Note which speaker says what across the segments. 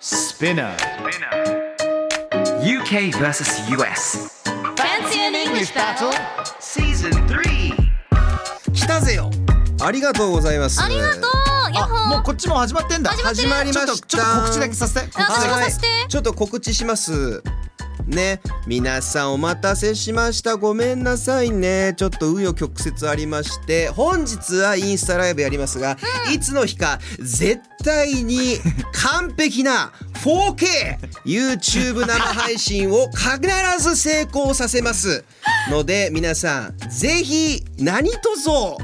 Speaker 1: Spinner.
Speaker 2: UK versus US
Speaker 3: Fancy an English battle
Speaker 2: Season 3
Speaker 1: 来たぜよ。
Speaker 4: ありがとうございます。
Speaker 5: ありがとうやっほ
Speaker 1: あ、もう
Speaker 5: ー
Speaker 1: こっちも始まってんだ。
Speaker 5: 始まって
Speaker 4: る始まりました
Speaker 1: ちょっとちょっと告知だけさせて。
Speaker 5: あ
Speaker 1: 告知
Speaker 5: 私も
Speaker 1: だ
Speaker 5: させて
Speaker 4: ちょっと告知します。ね、皆さんお待たせしました。ごめんなさいね。ちょっと紆余曲折ありまして、本日はインスタライブやりますが、いつの日か絶対に完璧な 4K YouTube 生配信を必ず成功させます。ので皆さんぜひ何卒よ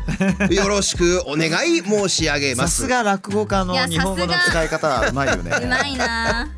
Speaker 4: ろしくお願い申し上げ
Speaker 1: けさ
Speaker 4: ます
Speaker 1: す。が落語家の
Speaker 5: いや
Speaker 1: 日本語の
Speaker 5: さすが
Speaker 1: 使い方はうまいよね。
Speaker 5: うまいな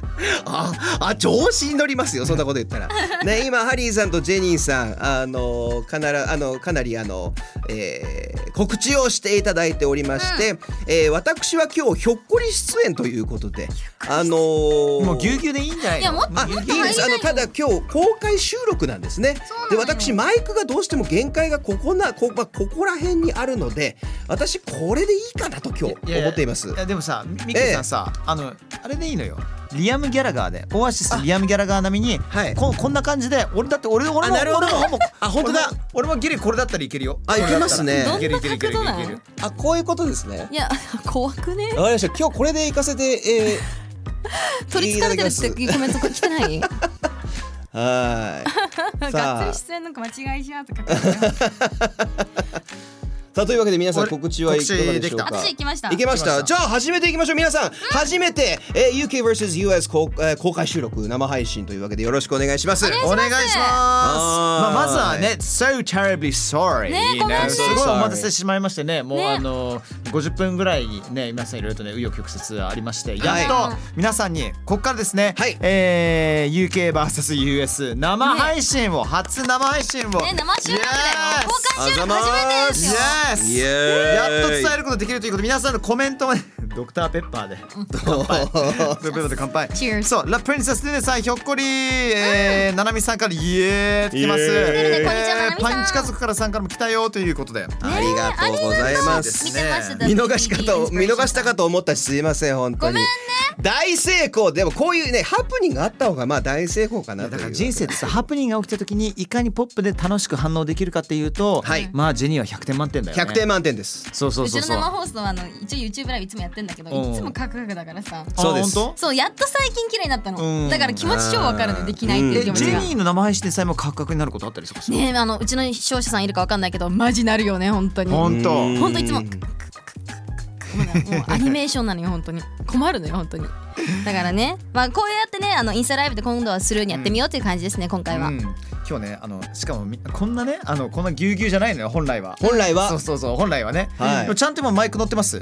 Speaker 4: ああ調子に乗りますよそんなこと言 ったらね今ハリーさんとジェニーさんあのかならあのかなりあの、えー告知をしていただいておりまして、えー私は今日ひょっこり出演ということであのー
Speaker 1: もうぎゅうぎゅうでいいんじゃない
Speaker 5: い
Speaker 1: の？
Speaker 5: やもっとも
Speaker 4: あ
Speaker 5: っ
Speaker 4: い
Speaker 5: と
Speaker 4: い
Speaker 5: 入り
Speaker 4: です
Speaker 5: た
Speaker 4: あ
Speaker 5: い
Speaker 4: の
Speaker 5: の
Speaker 4: ただ今日公開収録なんですね
Speaker 5: そうなのよ
Speaker 4: で私マイクがどうしても限界がここなこ,、まあ、ここら辺にあるので私これでいいかなと今
Speaker 1: い
Speaker 4: 日
Speaker 1: やや
Speaker 4: 思っています
Speaker 1: いやでもさ、ミミッキーさんさ、あのあれでいいのよ。リアムギャラガーで、オアシスリアムギャラガー並みに、
Speaker 4: はい
Speaker 1: ここんな感じで、俺だって俺俺も
Speaker 4: なるほど
Speaker 1: 俺も俺も
Speaker 4: あ本当だ
Speaker 1: 俺も俺もギリこれだったらいけるよ。
Speaker 4: あいけますね
Speaker 1: いけるいけるいけるいけるいけ
Speaker 5: どんな角度な
Speaker 1: る
Speaker 5: の。
Speaker 4: あこういうことですね
Speaker 5: いや怖くね
Speaker 4: わかりました今日これで行かせて、え ー
Speaker 5: 取りつかれてるってコメント来てないがっ
Speaker 4: は ーい。さあ、
Speaker 5: つり出演なんか間違いじゃんとか書いてある
Speaker 4: さあというわけで皆さん
Speaker 1: 俺
Speaker 4: 告知はいかがでしょうか。
Speaker 1: 告
Speaker 5: 私行きました
Speaker 4: いけました。
Speaker 1: 行きました
Speaker 4: じゃあ始めていきましょう皆さん。初めて、えー UK vs US 公,、えー公開収録生配信というわけでよろしくお願いします。
Speaker 1: お願いします。ま
Speaker 4: は
Speaker 1: あ
Speaker 4: い
Speaker 1: まずはね、so terribly sorry。
Speaker 5: ねごめんね
Speaker 1: すごいお待たせしまいましてね、もう
Speaker 5: ね
Speaker 1: あの50分ぐらいね、皆さんいろいろとね、紆余曲折ありまして、やっ
Speaker 5: は
Speaker 1: と
Speaker 5: い
Speaker 1: 皆さんにここからですね
Speaker 4: はい、
Speaker 1: えー UK vs US 生配信を初生配信を。
Speaker 5: ね生収録だよ
Speaker 1: Yes
Speaker 5: 公開収録初めてですよ
Speaker 1: Yes
Speaker 4: イエーイ
Speaker 1: やっと伝えることできるということで皆さんのコメント をねドクターペッパーで乾杯ドクターペッパーで乾杯
Speaker 5: Cheers
Speaker 1: そうラプリンセスルネさんひょっこりえーななみさんからイエーって来てます
Speaker 4: イエーイ来てる
Speaker 5: ねこんにちはななみさん
Speaker 1: パンチ家族からさんからも来たよということで
Speaker 4: ありがとうございます。
Speaker 5: 見てました
Speaker 4: 見逃し方を見逃したかと思ったしすいません本当
Speaker 5: ごめ
Speaker 4: に。
Speaker 5: んね
Speaker 4: 大成功でもこういうねハプニングがあった方がまあ大成功かなと
Speaker 1: だ
Speaker 4: い
Speaker 1: から
Speaker 4: う。
Speaker 1: 人生ってさハプニングが起きた時にいかにポップで楽しく反応できるかっていうと、
Speaker 4: はい
Speaker 1: まあジェニーは100点満点だよね
Speaker 4: 100点満点です。
Speaker 1: そうそう
Speaker 5: うち
Speaker 1: そう
Speaker 5: の
Speaker 1: そ
Speaker 5: 生
Speaker 1: う
Speaker 5: 放送はあの一応 YouTube ライブいつもやってんだけど
Speaker 1: うん
Speaker 5: いつもカクカクだからさ
Speaker 1: あ
Speaker 4: そうです
Speaker 1: 本
Speaker 5: そうやっと最近綺麗になった
Speaker 1: うん
Speaker 5: のだから気持ち超わかるのできないってい
Speaker 1: 当え
Speaker 5: う気持
Speaker 1: ジ
Speaker 5: ち
Speaker 1: ェ
Speaker 5: が
Speaker 1: ニーの生配信でさえもカクカクになることあったりとかする
Speaker 5: ねえあのうちの視聴者さんいるかわかんないけどマジなるよね本当に
Speaker 1: 本当
Speaker 4: うん
Speaker 5: 本当いつもクックックックックックもうアニメーションなのよ本当に困るのよ本当にだからねまあこうやってねあのインスタライブで今度はスルーにやってみようっていう感じですね今回は、
Speaker 1: うん、今日ねあのしかもみこんなねあのこんなぎゅうぎゅうじゃないのよ本来は
Speaker 4: 本来
Speaker 1: そう
Speaker 4: は
Speaker 1: そうそう本来はね、
Speaker 4: はい
Speaker 1: でもちゃんと今マイク乗ってます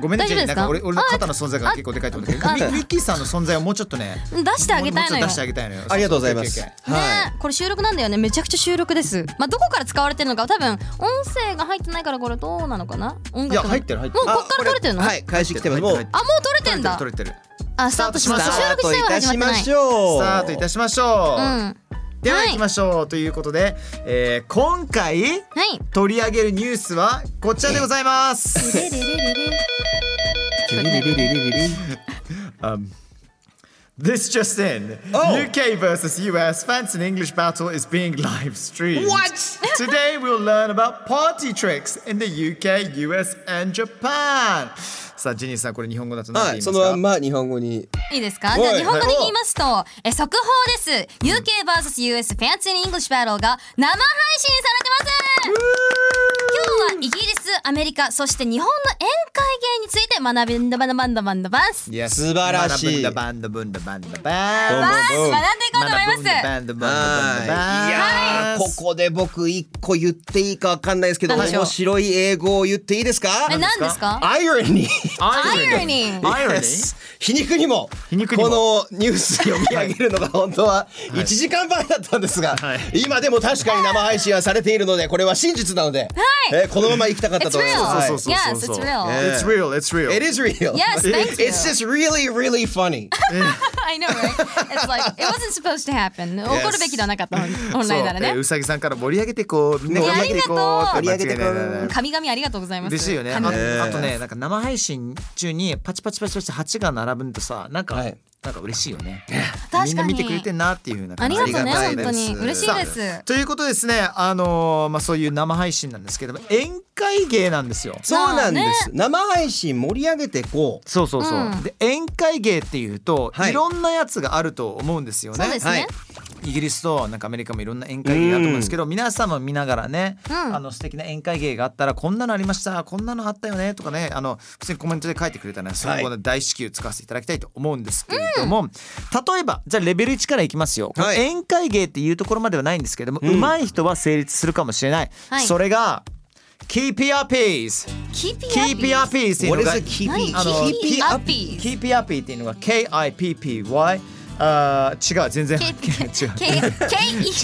Speaker 1: ごめんね
Speaker 5: 大丈夫
Speaker 1: ジェニー
Speaker 5: ですか
Speaker 1: なんか俺俺の肩の存在が結構でかいと思うんだ
Speaker 5: あ
Speaker 1: けどミミッキーさんの存在をもうちょっとね
Speaker 5: 出してあげたいのよ
Speaker 1: もうちょっと出してあげたいのよ
Speaker 4: ありがとうございま
Speaker 1: そ
Speaker 4: す
Speaker 1: そそ。
Speaker 5: ね
Speaker 4: はい。
Speaker 5: えこれ収録なんだよねめちゃくちゃ収録ですまあどこから使われてるのか多分音声が入ってないからこれどうなのかな音楽の
Speaker 1: いや入ってる入ってる
Speaker 5: もうこっから取れてるの
Speaker 4: はい返し来てます。もう
Speaker 5: あもう取れてんだ
Speaker 1: 取れてる取れてる
Speaker 5: あスタートしました
Speaker 1: ス
Speaker 5: 収
Speaker 1: ター
Speaker 5: 録自体は始まってない
Speaker 4: スタートいたしましょう。
Speaker 1: スタートいたしましょう、
Speaker 5: うん
Speaker 1: では
Speaker 5: はい
Speaker 1: 行きましょうということで、えー今回
Speaker 5: はい
Speaker 1: 取り上げるニュースはこちらでございます
Speaker 5: レレレレレ
Speaker 1: This just in.
Speaker 4: Oh.
Speaker 1: UK versus US fancy and English battle is being live streamed. What? Today we'll learn about party tricks in the UK, US and Japan. さあ、ジェニーさん、これ日本語だと何
Speaker 4: は
Speaker 1: て言
Speaker 4: い、
Speaker 1: い
Speaker 4: そ
Speaker 1: ます
Speaker 4: の
Speaker 1: か、
Speaker 4: まんま日本語に。
Speaker 5: いいですかじゃ
Speaker 4: は
Speaker 5: あ
Speaker 4: い
Speaker 5: 日本語で言いますと、え速報です UKVSUS ファンツー・イングリッシュ・バトルが生配信されてます今日今日はイギリスアメリカそして日本の宴会芸について学びんだばんだばんだばんだばんす
Speaker 1: Yes.
Speaker 4: 素晴らしい。
Speaker 5: ばんす
Speaker 4: ど
Speaker 5: 学
Speaker 4: うんも
Speaker 5: でいこうと思います
Speaker 4: Ah, はいいやーここで僕一個言っていいかわかんないですけど
Speaker 5: 何でしょう
Speaker 4: 面白い英語を言っていいですか
Speaker 5: え何ですか
Speaker 4: アイロニー
Speaker 5: アイロニー
Speaker 4: Yes 皮肉にも
Speaker 1: 皮肉にも
Speaker 4: このニュース読み上げるのが本当は1時間前だったんですが、
Speaker 1: はい
Speaker 4: 今でも確かに生配信はされているのでこれは真実なので、えーこのまま行きたかったと思い
Speaker 5: It's real
Speaker 4: ます。
Speaker 1: そうそうそうそうそう。
Speaker 5: Yes, it's real.
Speaker 1: It's
Speaker 4: Yeah.
Speaker 1: real, it's real.
Speaker 4: It is real.
Speaker 5: Yes, thank you.
Speaker 4: It's just really, really funny.
Speaker 5: I know right It's like it wasn't supposed to happen 起こるべきではなかった本本
Speaker 1: そう
Speaker 5: 来なら
Speaker 1: え
Speaker 5: ね
Speaker 1: うさぎさんから盛り上げてこうみんな
Speaker 4: ね
Speaker 1: 盛り上げてこうって
Speaker 4: ありがとう
Speaker 1: 間違いないね
Speaker 5: 神々ありがとうございます
Speaker 1: 嬉しいよねあ
Speaker 5: 神々
Speaker 1: あとねなんか生配信中にパチパチパチパチ蜂が並ぶんとさなんか、
Speaker 4: はい
Speaker 1: なんか嬉しいよね
Speaker 5: かに
Speaker 1: みんな見てくれてんなっていうふうな
Speaker 5: あ
Speaker 1: 感
Speaker 5: り
Speaker 1: じ
Speaker 5: がとうね
Speaker 4: あり
Speaker 5: 本当
Speaker 4: がたいです
Speaker 5: に嬉しいで
Speaker 1: さあ
Speaker 5: す
Speaker 1: ということですねあのーまあそういう生配信なんですけども宴会芸なんですよ
Speaker 4: そうなんです、生配信盛り上げてこ
Speaker 1: そうそうそう、
Speaker 5: うん
Speaker 1: で宴会芸っていうと、
Speaker 4: はい
Speaker 1: い、ろんなやつがあると思うんですよね
Speaker 5: そうです
Speaker 4: はい
Speaker 5: ね
Speaker 1: イギリスとなんかアメリカもいろんな宴会芸があると思うんですけど、皆さんも見ながらね、
Speaker 5: うん
Speaker 1: あの素敵な宴会芸があったらこんなのありましたこんなのあったよねとかねあの普通にコメントで書いてくれたらそこ
Speaker 4: は
Speaker 1: の大至急使わせていただきたいと思うんですけれども、例えばじゃあレベル1からいきますよ、
Speaker 4: はい
Speaker 1: この宴会芸っていうところまではないんですけれども、上手い人は成立するかもしれない、
Speaker 5: はい
Speaker 1: それが Keep your peace
Speaker 5: キーピ
Speaker 1: Keep your
Speaker 5: ーアピー
Speaker 1: peace っていう
Speaker 4: What
Speaker 1: の
Speaker 4: is
Speaker 1: が
Speaker 4: a keep
Speaker 5: 何
Speaker 4: y
Speaker 1: あの
Speaker 5: keep
Speaker 4: keep
Speaker 5: up
Speaker 1: Keep y u p っていうのが KIPPY あー違う全然違う
Speaker 5: K K
Speaker 1: ちょ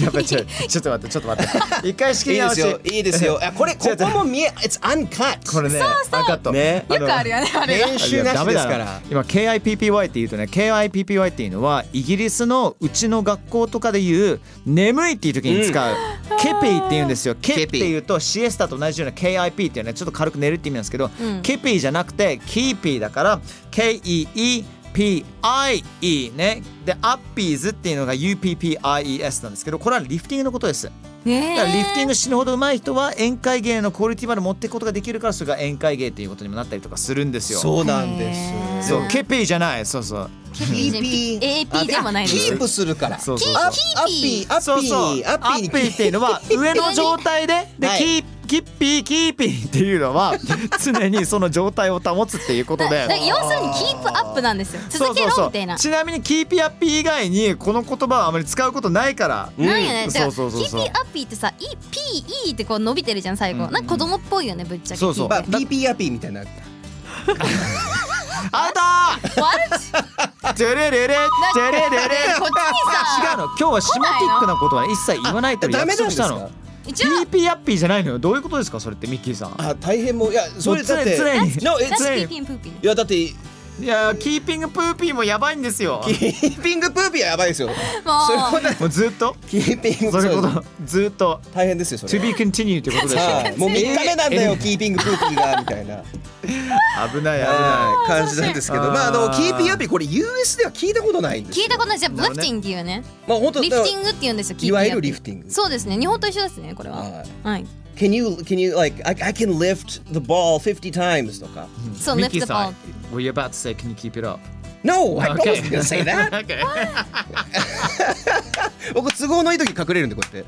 Speaker 1: っと待ってちょっと待ってちょっと待って一回仕切り
Speaker 4: いいで
Speaker 1: 直
Speaker 4: す
Speaker 1: し
Speaker 4: よいいですよあこれここも見え It's uncut
Speaker 1: これね分かった
Speaker 4: ね
Speaker 5: よくあるよねあれが
Speaker 4: 編集
Speaker 1: いや
Speaker 4: なしですか
Speaker 1: ダメだ
Speaker 4: ら
Speaker 1: な今 KIPPY っていうとね KIPPY っていうのはイギリスのうちの学校とかでいう眠いっていう時に使う、ケピーっていうんですよケ
Speaker 4: ケ
Speaker 1: って
Speaker 4: ピー
Speaker 1: いうとシエスタと同じような KIP っていうねちょっと軽く寝るって意味なんですけど、
Speaker 5: うん
Speaker 1: ケピーじゃなくてキーピーだから KEEPIE ねでアッピーズっていうのが UPPIES なんですけどこれはリフティングのことですだからリフティング死ぬほど上手い人は宴会芸のクオリティまで持っていくことができるからそれが宴会芸っていうことにもなったりとかするんですよ。
Speaker 4: そうなんです
Speaker 1: そう
Speaker 5: へー
Speaker 1: ケピーじゃないそうそう。
Speaker 4: PP
Speaker 5: AP でもないで
Speaker 4: キ
Speaker 5: す
Speaker 4: ープするから
Speaker 1: そうそうそう
Speaker 4: アッアッピーア
Speaker 1: そうそ
Speaker 4: ッ
Speaker 1: う
Speaker 4: ピー
Speaker 1: アッピーっていうのは上の状態でで、
Speaker 4: はい
Speaker 1: キーキッピーキーピーっていうの は常にその状態を保つっていうこと
Speaker 5: だだ
Speaker 1: で。
Speaker 5: 要するにキープアップなんですよ続けろみたいな
Speaker 1: ちなみにキーピーアッピー以外にこの言葉はあまり使うことないから。
Speaker 5: なんやね、
Speaker 1: うん
Speaker 5: だから
Speaker 1: そうそうそうそう
Speaker 5: PP アッピーってさ EPE ってこう伸びてるじゃん最後、
Speaker 1: うん
Speaker 5: なんか子供っぽいよねぶっちゃけ
Speaker 1: そうそう
Speaker 4: まあ PP アッピーみたいな
Speaker 1: あんたー
Speaker 5: What?
Speaker 1: テレレレテレレレ
Speaker 5: こっちに
Speaker 1: 違う
Speaker 5: さ
Speaker 1: の今日はシマティックなことはね一切言わないと
Speaker 4: ダ
Speaker 1: 約
Speaker 4: メな
Speaker 1: 束
Speaker 4: んで
Speaker 1: し
Speaker 4: す
Speaker 1: た
Speaker 4: か
Speaker 1: の。
Speaker 5: 一応
Speaker 1: PP アッピーじゃないのよどういうことですかそれってミッキーさん。
Speaker 4: あ大変もういやそれ
Speaker 1: もう常
Speaker 4: だって
Speaker 1: 常に
Speaker 4: No,
Speaker 5: That's
Speaker 4: it's-
Speaker 5: PP and poopy
Speaker 4: いやだって
Speaker 1: いやーキーピングプーピーもやばいんですよ。
Speaker 4: キーピングプーピーはやばいですよそれこ
Speaker 5: も
Speaker 4: んな
Speaker 1: もうずっと
Speaker 4: キーピング
Speaker 1: それこ
Speaker 4: う
Speaker 1: そずっと
Speaker 4: 大変ですよそ
Speaker 1: To
Speaker 4: れ
Speaker 1: be continued ってことですよ
Speaker 4: は
Speaker 1: ね。
Speaker 4: いもう3日目なんだよキーピングプーピーがみたいな
Speaker 1: 危ない危ない。
Speaker 4: はい感じなんですけど、まああの
Speaker 1: あー
Speaker 4: キーピーアッピーこれ US では聞いたことないんで
Speaker 5: う
Speaker 4: すよ
Speaker 5: 聞いたことないじゃん
Speaker 1: なる
Speaker 5: リフ
Speaker 1: ほどね
Speaker 5: ティングよね
Speaker 4: まあ本当
Speaker 5: リフティングって言うんですよ PP
Speaker 4: いわゆるリフティング
Speaker 5: そうですね日本と一緒ですねこれは
Speaker 4: は
Speaker 5: はいい、
Speaker 4: Can you can you like I, I can lift the ball 50 times と か
Speaker 5: そう
Speaker 1: ミ
Speaker 5: lift
Speaker 1: ッキ
Speaker 5: the
Speaker 1: ーさ
Speaker 5: ball
Speaker 1: ん、Were you about to say can you keep it up?
Speaker 4: No I
Speaker 1: Okay.
Speaker 4: wasn't gonna say that
Speaker 1: Okay.
Speaker 4: 僕都合のいい時隠れるんでこうやっ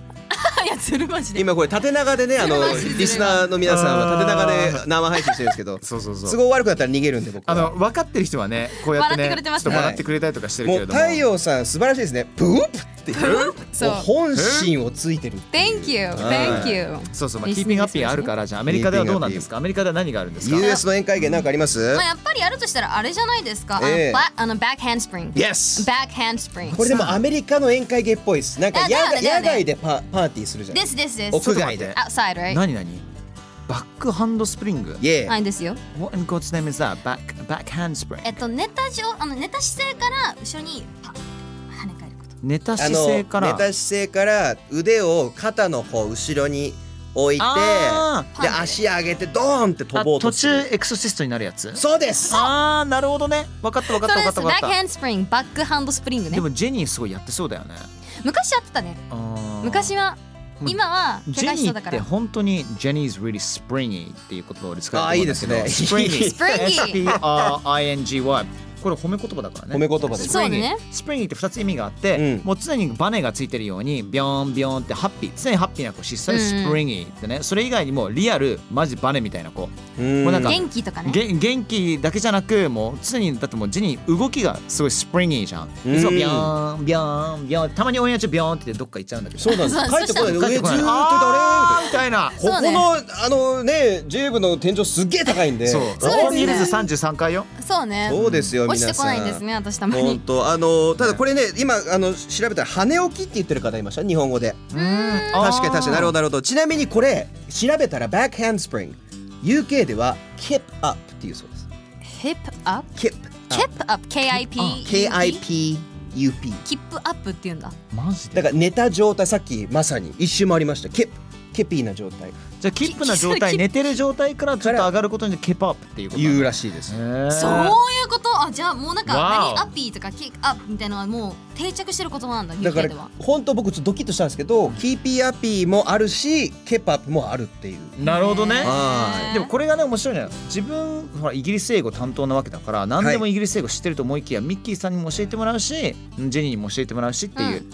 Speaker 5: いやつるまじ
Speaker 4: て
Speaker 5: で
Speaker 4: 今これ縦長でねあの
Speaker 5: それは知ってる
Speaker 4: リスナーの皆さんは縦長で生配信してるんですけど
Speaker 1: そうそうそう
Speaker 4: 都合悪くなったら逃げるんで僕
Speaker 1: あ
Speaker 4: は
Speaker 1: の分かってる人はねこうやってね
Speaker 5: 笑ってくれてます
Speaker 1: ちょっと笑ってくれたりとかしてる
Speaker 4: も
Speaker 1: けれ
Speaker 4: う
Speaker 1: ど
Speaker 4: 太
Speaker 1: も。
Speaker 4: 陽さん素晴らしいですねプープっていう
Speaker 5: そう
Speaker 4: もう本心をついてる
Speaker 5: Thank you
Speaker 4: はい
Speaker 5: Thank you
Speaker 1: そうそうまあ
Speaker 5: リ
Speaker 1: キ
Speaker 5: ス
Speaker 1: ー
Speaker 5: ニ
Speaker 1: ピ
Speaker 5: ン
Speaker 1: ン
Speaker 5: グ
Speaker 1: グアッピーあるからじゃあアメリカではどうなんですかアメリカでは何があるんですか
Speaker 4: US の宴会芸なんかあります
Speaker 5: まあやっぱりやるとしたらあれじゃないですかあの
Speaker 4: ええ
Speaker 5: バあのバックハンスプリング
Speaker 4: Yes
Speaker 5: バックハンスプリング
Speaker 4: これでもアメリカの宴会芸っぽいですなんか
Speaker 5: あ
Speaker 4: 野
Speaker 5: だよねだよ
Speaker 4: 外野
Speaker 5: ね
Speaker 4: 外でパパーティーするじゃん
Speaker 5: This this this
Speaker 4: 屋外で
Speaker 5: outside right
Speaker 1: 何何バックハンドスプリング
Speaker 4: Yeah
Speaker 5: はいですよ。
Speaker 1: What in God's name is that? Back, back handspring
Speaker 5: えっと寝た状あの寝た姿勢から後ろにパッ跳ね返ること。
Speaker 1: 寝た
Speaker 4: あの
Speaker 1: 姿勢から
Speaker 4: 寝た姿勢から腕を肩のこう後ろに置いて
Speaker 1: あ
Speaker 5: ー
Speaker 4: で
Speaker 5: はい
Speaker 4: 足上げてドーンって飛
Speaker 1: あ
Speaker 4: ぼうと
Speaker 1: 途
Speaker 4: す
Speaker 1: 中
Speaker 4: る
Speaker 1: エクソシストになるやつ
Speaker 4: そうです
Speaker 1: ああなるほどね分かった分かった分かっ
Speaker 5: そ
Speaker 1: た
Speaker 5: う
Speaker 1: 分
Speaker 5: で
Speaker 1: か
Speaker 5: す。
Speaker 1: っ
Speaker 5: バッ
Speaker 1: た
Speaker 5: クハンドスプリングバックハンドスプリングね
Speaker 1: で。もジェニーすごいやってそうだよね
Speaker 5: 昔やってたね。
Speaker 1: あー
Speaker 5: 昔は
Speaker 1: うん
Speaker 5: 今は
Speaker 1: ジ
Speaker 5: 怪我
Speaker 1: ェ
Speaker 5: しそ
Speaker 1: ニ
Speaker 5: うだ
Speaker 1: ーっ
Speaker 5: か
Speaker 1: て
Speaker 5: ら。
Speaker 1: 本当にジェニー is really springy っていう言葉を俺使うと思うんだけど
Speaker 4: あーいいですね
Speaker 1: springy
Speaker 5: Springy
Speaker 1: S-P-R-I-N-G-Y これ褒め言葉だからね
Speaker 4: 褒め言葉です
Speaker 1: スプリンギ
Speaker 5: そうね
Speaker 1: スプリンギーって2つ意味があって、
Speaker 4: うん
Speaker 1: もう常にバネがついてるようにビョンビョンってハッピー常にハッピーな子実際スプリンギーってね、それ以外にもリアルマジバネみたいな子
Speaker 4: うん
Speaker 1: もうなんか
Speaker 5: 元気とかね。
Speaker 1: げ元気だけじゃなくもう常にだってもう字に動きがすごいスプリンギーじゃん
Speaker 4: うん
Speaker 1: いつもビョーンビョーンビョーンたまにオンエア中ビョーンって言ってどっか行っちゃうんだけど
Speaker 4: そうなんです
Speaker 5: そう
Speaker 4: 帰ってこない
Speaker 1: 帰っ
Speaker 4: 上
Speaker 1: て
Speaker 4: ずーっ
Speaker 1: こな
Speaker 4: と
Speaker 1: い
Speaker 4: いた
Speaker 1: あーみたいな
Speaker 4: れ
Speaker 5: そ
Speaker 4: こ
Speaker 5: う
Speaker 4: こ
Speaker 5: ね
Speaker 4: のあのねジェーブの天井すっげえ高いんで
Speaker 1: そう
Speaker 5: そう
Speaker 1: 本人数33回よ
Speaker 5: そうね。
Speaker 4: そうですよ
Speaker 5: 落ち
Speaker 4: 皆さん
Speaker 5: てこないんですね、私たま
Speaker 4: 本
Speaker 5: に。
Speaker 4: 当あのただこれね今あの調べたら羽置きって言ってる方いました日本語で
Speaker 1: うん確
Speaker 4: 確かに確かになるほどなるほどちなみにこれ調べたらバックハンドスプリング UK では Kip Up っていうそうです
Speaker 5: hip up。
Speaker 4: Kip
Speaker 5: kip up。K-I-P。
Speaker 4: K-I-P-U-P
Speaker 5: キップアップって言うんだ。
Speaker 1: マジ
Speaker 4: だ
Speaker 1: で
Speaker 4: から寝た状態さっきまさに一瞬もありました Kip ケピーな状態
Speaker 1: じゃあキップな状態
Speaker 5: き
Speaker 1: 寝てる状態からちょっと上がることにケパップっていうこと
Speaker 4: 言う
Speaker 1: ら
Speaker 4: らしいです
Speaker 5: そういうことあじゃあもうなんか
Speaker 1: わお
Speaker 5: 何アッピーとかキックアップみたいなのはもう定着してる言葉なんだ
Speaker 4: だか
Speaker 5: UK
Speaker 4: ら
Speaker 5: では
Speaker 4: 本当僕ちょっとドキッとしたんですけどキーピーアピーもあるしケパップもあるっていう
Speaker 1: なるほどね
Speaker 4: は
Speaker 1: でもこれがね面白いのよ自分ほらイギリス英語担当なわけだから何でもイギリス英語知ってると思いきや、ミッキーさんにも教えてもらうしジェニーにも教えてもらうしっていう、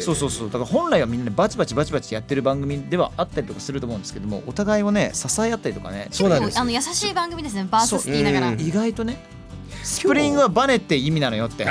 Speaker 1: そうそうそうだから本来はみんなねバチバチバチバチやってる番組ではあったりとかすると思うんですけどもお互いをね支え合ったりとかね
Speaker 4: そうなんです
Speaker 5: あの優しい番組ですねバーサスティーだから
Speaker 4: そう
Speaker 1: 意外とねスプリングはバネって意味なのよって
Speaker 5: そう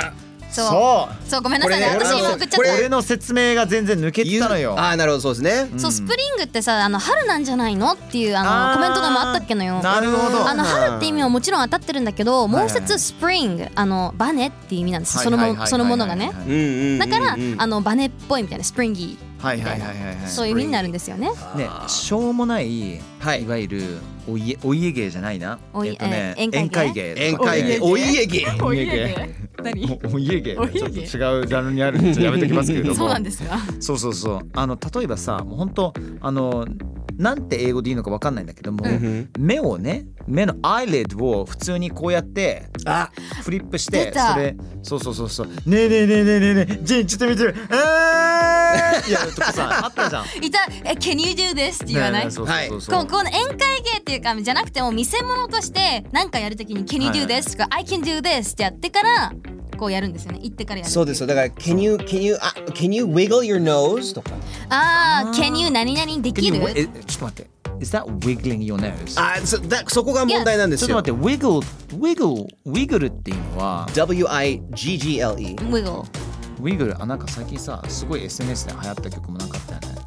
Speaker 1: そう
Speaker 5: そうごめんなさいね
Speaker 4: これ
Speaker 5: 私今送っちゃっ
Speaker 4: これ
Speaker 1: 俺の説明が全然抜けてたのよ
Speaker 4: ああなるほどそうですね
Speaker 5: たそうスプリングってさあの春なんじゃないのっていうあ
Speaker 1: あー
Speaker 5: のコメントがもあったっけのよ
Speaker 1: なるほど
Speaker 5: あの春って意味はもちろん当たってるんだけどもう一つスプリングあのバネっていう意味なんですその
Speaker 1: はいはいはいは
Speaker 5: も
Speaker 1: い
Speaker 5: そのものがね
Speaker 4: うんうんうんうん
Speaker 5: だからあのバネっぽいみたいなスプリンギ
Speaker 1: はいはいはいはいは
Speaker 5: ー
Speaker 1: い
Speaker 5: そういう意味になるんですよね
Speaker 1: ね、しょうもない、い、わゆるお家お家芸じゃないな。
Speaker 5: お家
Speaker 1: っとね、
Speaker 5: えー宴会
Speaker 1: 芸
Speaker 4: 宴
Speaker 1: とかね
Speaker 4: 会芸お家芸
Speaker 1: お家芸
Speaker 5: 何
Speaker 1: おお家芸
Speaker 5: お
Speaker 1: ち
Speaker 5: 家
Speaker 1: ょっと違
Speaker 5: 芸
Speaker 1: うジャンルにあるんでやめてきますけれども
Speaker 5: そうなんですか
Speaker 1: そうそうそうあの例えばさもう本当あのなんて英語でいいのかわかんないんだけども、
Speaker 4: うん
Speaker 1: 目をね目のアイレッドを普通にこうやって
Speaker 4: あ
Speaker 1: フリップして
Speaker 5: 出た
Speaker 1: それそうそうそうそうねえねえねえねえねえねえジェンちょっと見てるあーいやとかさあったじゃん
Speaker 5: いたえ Can you do this って言わな
Speaker 1: ねえね
Speaker 5: い
Speaker 1: えそうそうそうそう
Speaker 5: ここの宴会芸っていうかじゃなくても見せ物として何かやるときに「Can you
Speaker 1: はい
Speaker 5: do this?」とか「I can do this」ってやってからこうやるんですよね言ってからやる
Speaker 4: そうですよだから can you can you あ can you wiggle your nose とか
Speaker 5: あ
Speaker 1: あ
Speaker 5: あ
Speaker 1: ー
Speaker 5: Can you 何々できる
Speaker 1: Can you- えちょっと待って Is that wiggling your nose?
Speaker 4: あそだそこが問題なんで
Speaker 1: ちょっ
Speaker 4: す
Speaker 1: と
Speaker 4: よ
Speaker 1: 待って、wiggle、wiggle、wiggle っていうのは、
Speaker 4: W-I-G-G-L-E
Speaker 5: Wiggle
Speaker 1: wiggle、あ、なんか最近さ、すごい SNS で流行った曲もなんかあったよね。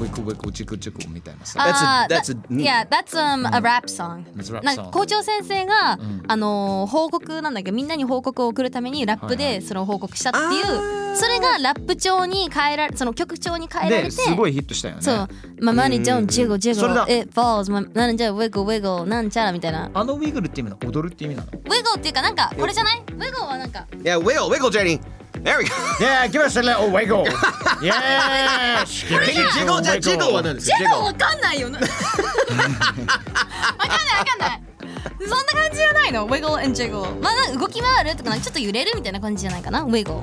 Speaker 1: wiggle、wiggle、チクチクみたいなさ。
Speaker 5: あー
Speaker 4: that's a-
Speaker 5: that- Yeah that's um, a rap song
Speaker 1: That's a rap
Speaker 5: なんか
Speaker 1: song
Speaker 5: 校長先生が
Speaker 1: ん
Speaker 5: あのー報告なんだっけみんなに報告を送るためにラップ
Speaker 1: はい
Speaker 5: でそれを報告したっていうそれがラップ調に変えられその曲調に変えられ
Speaker 1: で、
Speaker 5: て
Speaker 1: すごいヒットしたよね。
Speaker 5: そう、まあ、マニジョン、ジェゴ、ジ
Speaker 1: それだ
Speaker 5: ェゴ、it falls、まあなんじゃ、ウィゴ、ウィゴ、なんちゃらみたいな。
Speaker 1: あの wiggle っていうのは踊るって意 味なの
Speaker 5: ウィゴっていうか、なんか、これじゃないウィゴはなんか、
Speaker 4: Yeah wiggle wiggle Jenny There we go
Speaker 1: いや、give us a little wiggle! yeah!
Speaker 4: ジェゴじゃあジェゴは何です
Speaker 5: ジ
Speaker 4: か
Speaker 5: ェゴわかんない よな。わかんないわかんない。そんな感じじゃないのウィゴ and ジェゴ。まあ、なんか動き回るとか、なんかちょっと揺れるみたいな感じじゃないかなウィゴ。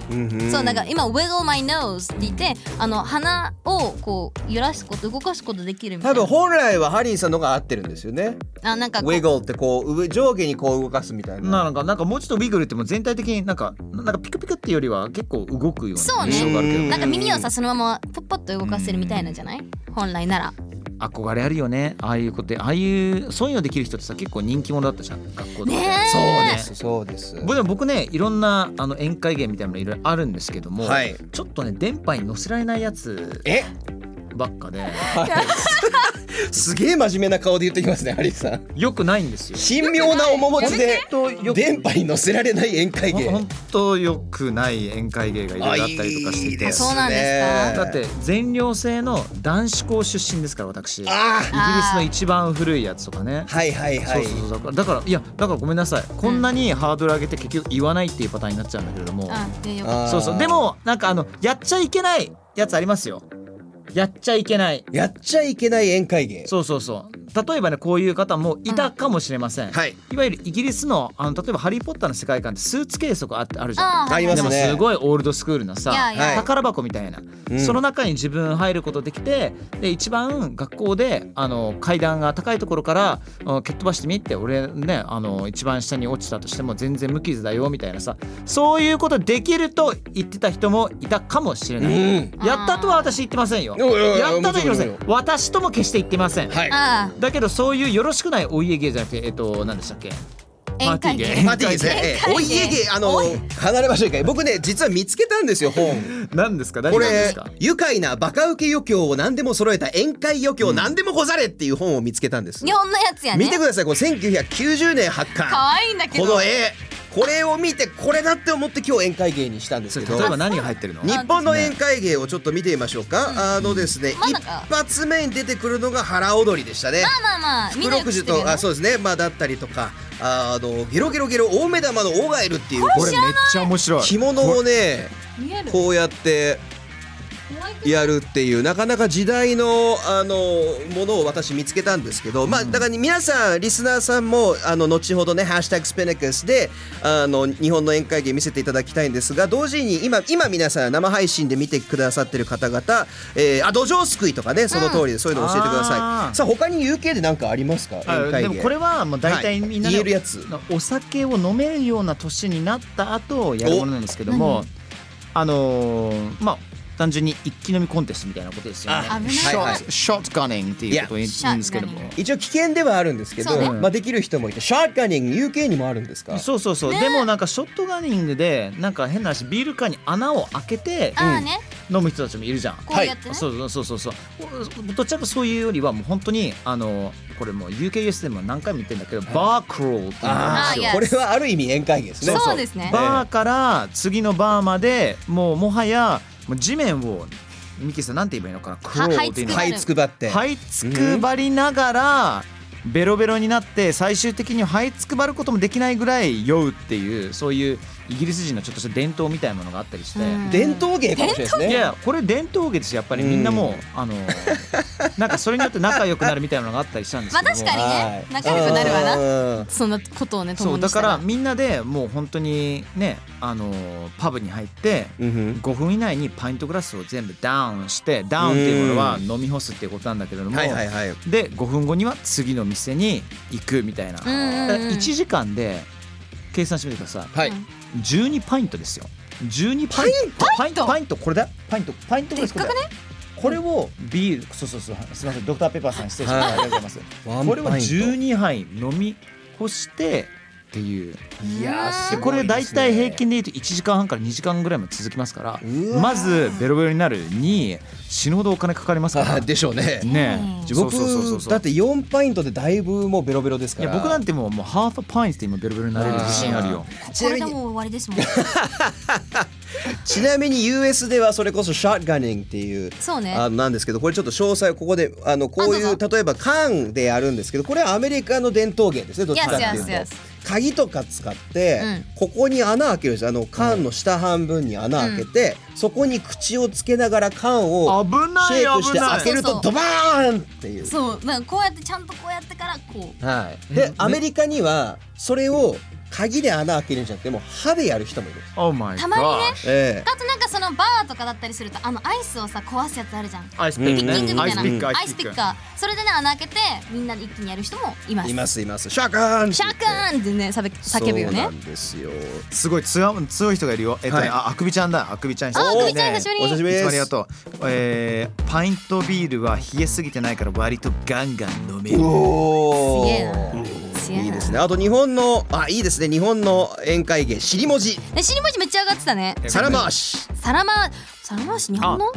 Speaker 5: そう、なんか今、ウィゴ my nose って言って、あの、鼻をこう、揺らすこと、動かすことできるみた
Speaker 4: 多
Speaker 5: いな。
Speaker 4: 分本来はハリーさんの方が合ってるんですよね
Speaker 5: あ、なんかこう、
Speaker 4: Wiggle ってこう上上下にこう動かすみたいな
Speaker 1: なんか、なんかもうちょっと wiggle っても全体的になんか、なんかピクピクっていうよりは結構動くよう
Speaker 5: そう
Speaker 1: な
Speaker 5: ね
Speaker 1: 印象があるけど、
Speaker 5: なんか耳をさ、そのままポッポッと動かせるみたいなんじゃない本来なら。
Speaker 1: 憧れあるよね。ああいうことで、ああいう、そういうのできる人ってさ、結構人気者だったじゃん、学校とかで。
Speaker 5: ねえ
Speaker 1: そうね。
Speaker 4: そうです
Speaker 1: 僕でも僕ねいろんなあの宴会芸みたいなのいろいろあるんですけども、
Speaker 4: はい
Speaker 1: ちょっとね電波に乗せられないやつ
Speaker 4: え
Speaker 1: ばっかです
Speaker 4: げえ真面目な顔で言ってきますねハリーさん
Speaker 1: よくないんですよ。
Speaker 4: 神妙な面持ちで
Speaker 1: ほんとよく
Speaker 4: 電波に乗せられない宴会芸
Speaker 1: 本当よくない宴会芸がいろいろあったりとかしていて
Speaker 4: あいいですね
Speaker 5: そうなんです
Speaker 1: だって全寮制の男子校出身ですから私イギリ
Speaker 4: あ
Speaker 1: スの一番古いやつとかね
Speaker 4: あ。はいはいは
Speaker 1: そう
Speaker 4: い
Speaker 1: そうそうだからだからいやだからごめんなさいこんなにハードル上げて結局言わないっていうパターンになっちゃうんだけれども、
Speaker 5: あ、でよ
Speaker 4: あー
Speaker 1: そうそうでもなんかあのやっちゃいけないやつありますよやっちゃいけない
Speaker 4: やっちゃいけない宴会芸
Speaker 1: そうそうそう例えばねこういう方もいたかもしれません、
Speaker 4: はい
Speaker 1: いわゆるイギリスのあの例えば「ハリー・ポッター」の世界観ってスーツケースとかあってあるじゃん
Speaker 5: あー
Speaker 4: あります
Speaker 1: でも
Speaker 4: ね
Speaker 1: すごいオールドスクールなさ、
Speaker 5: いやいや
Speaker 4: はい
Speaker 1: 宝箱みたいな、
Speaker 4: うん
Speaker 1: その中に自分入ることできてで一番学校であの階段が高いところからうん蹴っ飛ばしてみって俺ねあの一番下に落ちたとしても全然無傷だよみたいなさそういうことできると言ってた人もいたかもしれない、
Speaker 4: うん
Speaker 1: やったとは私言ってませんよ
Speaker 4: おいおいおい
Speaker 1: やったとは言ってませ
Speaker 4: も
Speaker 1: ん
Speaker 4: ちろ
Speaker 1: 私とも決して言ってません、
Speaker 4: はい
Speaker 5: あ
Speaker 1: だけどそういうよろしくないお家芸じゃなくてえっと何でしたっけ
Speaker 5: 宴会芸
Speaker 1: パーティー
Speaker 4: パーティーですね。ええお家芸あの離れましょうか。僕ね実は見つけたんですよ本。
Speaker 1: 何ですか何
Speaker 4: こ
Speaker 1: なんで
Speaker 4: れ
Speaker 1: すか
Speaker 4: 愉快なバカ受け余興を何でも揃えた宴会余興何でもござれっていう本を見つけたんです
Speaker 5: ー日。本のやつやね
Speaker 4: 見てくださいこれ1990年発刊。
Speaker 5: 可愛いんだけど
Speaker 4: この絵これを見てこれだって思って今日宴会芸にしたんですけど
Speaker 1: 例えば何が入ってるの
Speaker 4: 日本の宴会芸をちょっと見てみましょうか、あのですね、
Speaker 5: まあ
Speaker 4: 一
Speaker 5: なんか
Speaker 4: 発目に出てくるのが腹踊りでしたね
Speaker 5: まあまあまあみんなよく
Speaker 4: 黒く
Speaker 5: 知っ
Speaker 4: じ
Speaker 5: てるよ
Speaker 4: と
Speaker 5: ね
Speaker 4: あそうですねまあだったりとかあのゲロゲロゲロ大目玉のオガエルっていうこ
Speaker 6: これめっちゃ面白い
Speaker 4: 着物をね
Speaker 5: 見える
Speaker 4: こうやって
Speaker 5: 怖いけど
Speaker 4: やるっていうなかなか時代のあのものを私見つけたんですけど、まあだから皆さんリスナーさんもあの後ほどねハッシュタグスペネクスであの日本の宴会芸見せていただきたいんですが同時に今今皆さん生配信で見てくださってる方々、えー、あ土壌すくいとかねその通りでそういうの教えてください、
Speaker 1: あー
Speaker 4: さあ他に UK で何かありますか
Speaker 1: あ
Speaker 4: 宴会芸
Speaker 1: でもこれはもう大体みんなね、
Speaker 4: はい言えるやつ
Speaker 1: お酒を飲めるような年になった後やるものなんですけどもあのーまあ単純に一気飲みコンテストみたいなことですよね。
Speaker 5: あ危ない
Speaker 1: ショ
Speaker 4: はいはい
Speaker 1: ットショットガニングっていうことを言うんですけども
Speaker 5: いや。
Speaker 4: 一応危険ではあるんですけ
Speaker 5: そ
Speaker 4: ど、
Speaker 5: うね
Speaker 4: まあできる人もいてシャーカニング UK にもあるんですか
Speaker 1: そうそうそう、でもなんかショットガニングでなんか変な話ビール缶に穴を開けて
Speaker 5: ああね
Speaker 1: 飲む人たちもいるじゃん。
Speaker 5: こうやってね
Speaker 1: そうそうそうそうそうどちらかそういうよりはもう本当にあのこれもう UKUS でも何回も言ってるんだけど、バークロールっていうのがあるんで
Speaker 5: あ
Speaker 1: すよ
Speaker 5: ーいや
Speaker 4: これはある意味宴会芸ですね
Speaker 5: そうですね
Speaker 1: バーから次のバーまでもうもはやもう地面をミキさんなんて言えばいいのかなクローっていうの
Speaker 5: は
Speaker 4: はいいつくばって
Speaker 1: はいつくばりながらベロベロになって最終的にはいつくばることもできないぐらい酔うっていうそういうイギリス人のちょっとした伝統みたいなものがあったりして。
Speaker 5: うん
Speaker 4: 伝統芸かもしれないですね。
Speaker 1: いやこれ伝統芸ですよやっぱりみんなもう、あのなんかそれによって仲良くなるみたいなのがあったりしたんですけども
Speaker 5: まあ確かに
Speaker 4: はい
Speaker 5: 仲良くなるわな
Speaker 4: うん
Speaker 5: そんなことをね
Speaker 1: そ
Speaker 5: 共
Speaker 1: う
Speaker 5: に
Speaker 1: だ
Speaker 5: した
Speaker 1: からみんなでもう本当にねあのパブに入って
Speaker 4: うん
Speaker 1: 5分以内にパイントグラスを全部ダウンしてダウンっていうものは飲み干すっていうことなんだけれど
Speaker 4: うん
Speaker 1: も、
Speaker 4: はいはいはい。う
Speaker 1: で5分後には次の店に行くみたいな、
Speaker 5: うんうんうん
Speaker 1: 1時間で計算してみてください
Speaker 4: はい。
Speaker 1: 12パイントですよ12パイントパイントパイントこれだよパイントパイントグラスこれだよこれをビールそうそうそうすみませんドクターペッパーさん失礼しましたありがとうございます
Speaker 4: ワン
Speaker 1: これを
Speaker 4: パイント
Speaker 1: 12杯飲み干してっていう
Speaker 4: いやーす
Speaker 1: でこ
Speaker 4: ごい
Speaker 1: れ
Speaker 4: ですね
Speaker 1: 大体平均で言うと1時間半から2時間ぐらいも続きますから
Speaker 4: うわー
Speaker 1: まずベロベロになるに死ぬほどお金かかりますか
Speaker 4: あ
Speaker 1: ら
Speaker 4: ーでしょうね。
Speaker 1: ねえ
Speaker 4: 僕
Speaker 1: そうそうそうそう
Speaker 4: だって四パイントでだいぶもうベロベロです
Speaker 1: い
Speaker 4: か
Speaker 1: や
Speaker 4: ら。
Speaker 1: 僕なんてもうもうハーフパインって今ベロベロになれる自信あるよ
Speaker 5: こ
Speaker 4: ち
Speaker 5: こ
Speaker 4: な
Speaker 5: れで
Speaker 4: みに
Speaker 5: もう終わりですもん
Speaker 4: ちなみに US ではそれこそシャッガニングっていう。
Speaker 5: そうね
Speaker 4: あのなんですけどこれちょっと詳細をここであのこうい
Speaker 5: あ
Speaker 4: う
Speaker 5: ど
Speaker 4: 例えば缶でやるんですけどこれはアメリカの伝統芸ですねどっちかってい
Speaker 5: Yes,
Speaker 4: うと
Speaker 5: yes, yes.
Speaker 4: 鍵とか使って、ここに穴開けるんですよあの缶の下半分に穴開けて、そこに口をつけながら缶を
Speaker 1: 危な
Speaker 4: シ
Speaker 1: い
Speaker 4: ェイクし
Speaker 1: 危
Speaker 4: て
Speaker 1: ない
Speaker 4: 開ける
Speaker 5: そ
Speaker 4: と
Speaker 5: うそ
Speaker 4: ド
Speaker 5: う
Speaker 4: バーンっていう。
Speaker 5: そうなんかこうやってちゃんとこうやってからこう
Speaker 4: はい、でアメリカにはそれを鍵で穴開けるんじゃなくてもう歯でやる人もいる。
Speaker 1: Oh my
Speaker 5: たまにね
Speaker 1: gosh
Speaker 4: え
Speaker 5: あとなんかそのバーとかだったりするとあのアイスをさ壊すやつあるじゃん
Speaker 1: アイスピック
Speaker 4: うん
Speaker 5: ピッキング
Speaker 1: ね
Speaker 5: みた
Speaker 1: アイ
Speaker 5: い
Speaker 1: ス
Speaker 5: な
Speaker 1: ピックアイ
Speaker 5: アイ
Speaker 1: ス
Speaker 5: スピ
Speaker 1: ピッ
Speaker 5: ッ
Speaker 1: ク
Speaker 5: カーそれでね穴開けてみんなで一気にやる人もいま
Speaker 4: え
Speaker 5: す
Speaker 4: いますいます。シャカーン
Speaker 5: シャカーンってね叫ぶ叫ぶよ
Speaker 4: そう
Speaker 5: ね
Speaker 4: なんですよ。
Speaker 6: すごい強い強い人がいるよえっとね、
Speaker 4: はい
Speaker 6: ああくびちゃんだあくびちゃん
Speaker 5: あ
Speaker 6: おー
Speaker 5: あくびちゃん久しぶり
Speaker 4: お久しぶり
Speaker 6: いつ
Speaker 4: です。
Speaker 6: もありがとう、えー、パイントビールは冷えすぎてないから割とガンガン飲める
Speaker 5: す
Speaker 4: おお
Speaker 5: げえな
Speaker 4: ー。いいですね。あと日本のあいいですね。日本の宴会芸尻文字
Speaker 5: ね尻文字めっちゃ上がってたね
Speaker 4: 皿回し
Speaker 5: サラマサラマーシ日本の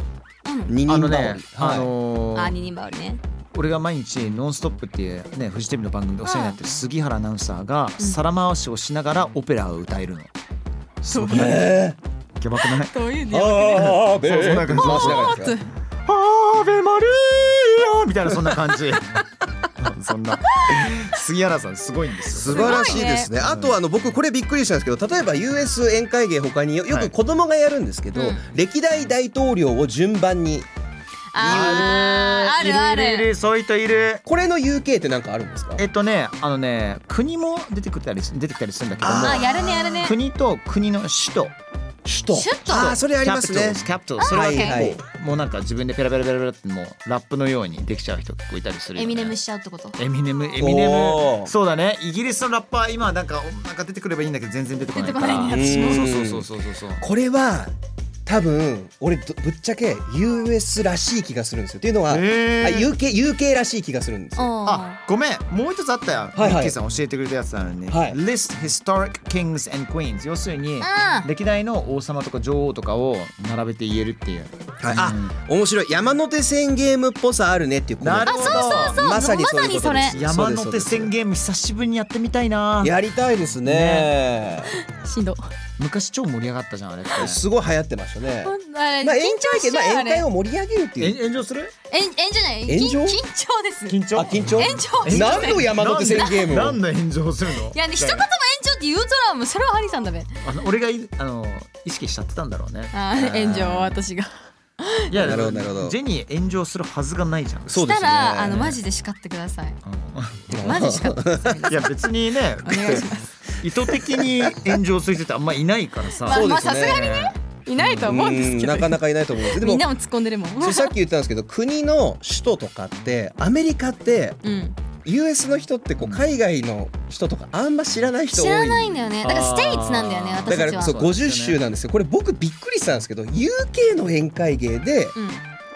Speaker 5: うん
Speaker 4: 二
Speaker 1: あの
Speaker 4: 人羽織。
Speaker 1: ねあ
Speaker 4: はい
Speaker 1: のー
Speaker 5: あ二人羽織ね
Speaker 1: 俺が毎日「ノンストップ!」っていうねフジテレビの番組でお世話になってる杉原アナウンサーが皿回しをしながらオペラを歌えるのすごくない
Speaker 4: え
Speaker 1: やばくない
Speaker 5: どういう
Speaker 4: ー、あーあー、べ
Speaker 6: そうそんな感じ
Speaker 4: 回しながらですか
Speaker 1: アーベマリーアみたいなそんな感じ
Speaker 6: そんな杉原さんすごいんです
Speaker 4: 素
Speaker 6: よ
Speaker 4: 晴らしいですね。あとあの僕これびっくりしたんですけど、例えば U.S. 宴会芸他によよ
Speaker 1: は
Speaker 4: く
Speaker 1: い
Speaker 4: 子供がやるんですけど、
Speaker 5: うん
Speaker 4: 歴代大統領を順番に
Speaker 5: あーあるあ
Speaker 1: いるいるい
Speaker 5: る
Speaker 1: るそういう人いる
Speaker 4: これの UK ってなんかあるんですか
Speaker 1: えっとねあのね国も出てくたり出てきたりするんだけども
Speaker 5: あやるねやるね
Speaker 1: 国と国の首都
Speaker 4: 首都
Speaker 5: 首都
Speaker 4: あーそれあり
Speaker 1: キャ
Speaker 4: ま
Speaker 1: ピ
Speaker 4: す
Speaker 1: ト
Speaker 4: ね
Speaker 1: ルキャピトルそれは
Speaker 4: はい
Speaker 1: 結構、
Speaker 4: はい
Speaker 1: もうなんか自分でペラペラペラペラってもうラップのようにできちゃう人結構いたりする
Speaker 5: エ
Speaker 1: よ、ね、
Speaker 5: ミネムしちゃうってこと
Speaker 1: エミネムエミネ
Speaker 4: おー
Speaker 1: ムそうだねイギリスのラッパー今なんかなんか出てくればいいんだけど全然出てこないか
Speaker 5: 出
Speaker 1: ら
Speaker 5: てこない
Speaker 4: ね私も
Speaker 1: そうそうそうそうそうそう
Speaker 4: これは多分俺どぶっちゃけ US らしい気がするんですよっていうのは、
Speaker 1: へー
Speaker 4: あ UK, UK らしい気がするんですよ
Speaker 5: あ
Speaker 1: あごめんもう一つあったよ、
Speaker 4: はいはい
Speaker 1: ミッキーさん教えてくれたやつなのに、
Speaker 4: はい
Speaker 1: List historic kings and queens 要するに
Speaker 5: あ
Speaker 1: 歴代の王様とか女王とかを並べて言えるっていう
Speaker 4: あ面白い山手線ゲームっぽさあるねっていうこの
Speaker 1: なるほどあそうそう
Speaker 5: そう
Speaker 4: まさにそういうことです
Speaker 5: ま
Speaker 1: 山
Speaker 4: そう
Speaker 1: 手
Speaker 4: ですそう
Speaker 1: 線
Speaker 4: で
Speaker 1: ゲーム久しぶりにやってみたいな
Speaker 4: すやりたいですね
Speaker 5: しんど
Speaker 1: 昔超盛り上がったじゃんあれって
Speaker 4: すごい流行ってましたね
Speaker 5: ほんあれ
Speaker 4: まあ
Speaker 5: 緊
Speaker 4: 宴
Speaker 5: 張
Speaker 4: 会
Speaker 5: し
Speaker 4: 系
Speaker 5: ち
Speaker 4: まあ
Speaker 5: ゃうあ
Speaker 4: 宴
Speaker 5: れ
Speaker 4: 会
Speaker 5: 炎
Speaker 4: を盛り上げるっていう
Speaker 1: 炎上する
Speaker 5: 炎上じゃない緊
Speaker 4: 炎
Speaker 5: 緊
Speaker 4: 上
Speaker 5: 張です
Speaker 1: 緊張
Speaker 4: あ緊張
Speaker 5: 炎上です
Speaker 4: 何の山手線ゲームを
Speaker 1: 何で炎上するの
Speaker 5: いやね一言も炎上って言うとらもうそれはハリーさんだべ
Speaker 1: あの俺がいあの意識しちゃってたんだろうね
Speaker 5: あー炎上は私が
Speaker 1: いや
Speaker 4: なるほどなるほど
Speaker 1: ジェニー炎上するはずがないじゃん
Speaker 4: そう
Speaker 5: し
Speaker 4: で
Speaker 5: た
Speaker 4: すね
Speaker 5: らあのマジで叱ってくださいマジで叱ってくだ さい
Speaker 1: いや別にね
Speaker 5: お願いします
Speaker 1: 意図的に炎上する人ってあんまいないからさ
Speaker 5: まあ
Speaker 4: そう
Speaker 5: ま
Speaker 4: で
Speaker 5: あ
Speaker 4: すね
Speaker 5: さすがにねいないとは思うんですけど
Speaker 4: なかなかいないと思うんですで
Speaker 5: み
Speaker 4: も
Speaker 5: んなも突っ込んでるもん
Speaker 4: そうさっき言ったんですけど国の首都とかってアメリカって
Speaker 5: うん
Speaker 4: US の人ってこう海外の人とかあんま知らない人多
Speaker 5: 知
Speaker 4: い
Speaker 5: らないんだよねだから
Speaker 1: あ
Speaker 5: ス
Speaker 1: ー
Speaker 5: テイツなんだよね私
Speaker 4: だか
Speaker 5: たちは
Speaker 4: らそう
Speaker 1: そうですよ
Speaker 4: 50
Speaker 1: ね
Speaker 4: 州なんですよこれ僕びっくりしたんですけど UK の宴会芸で
Speaker 5: うん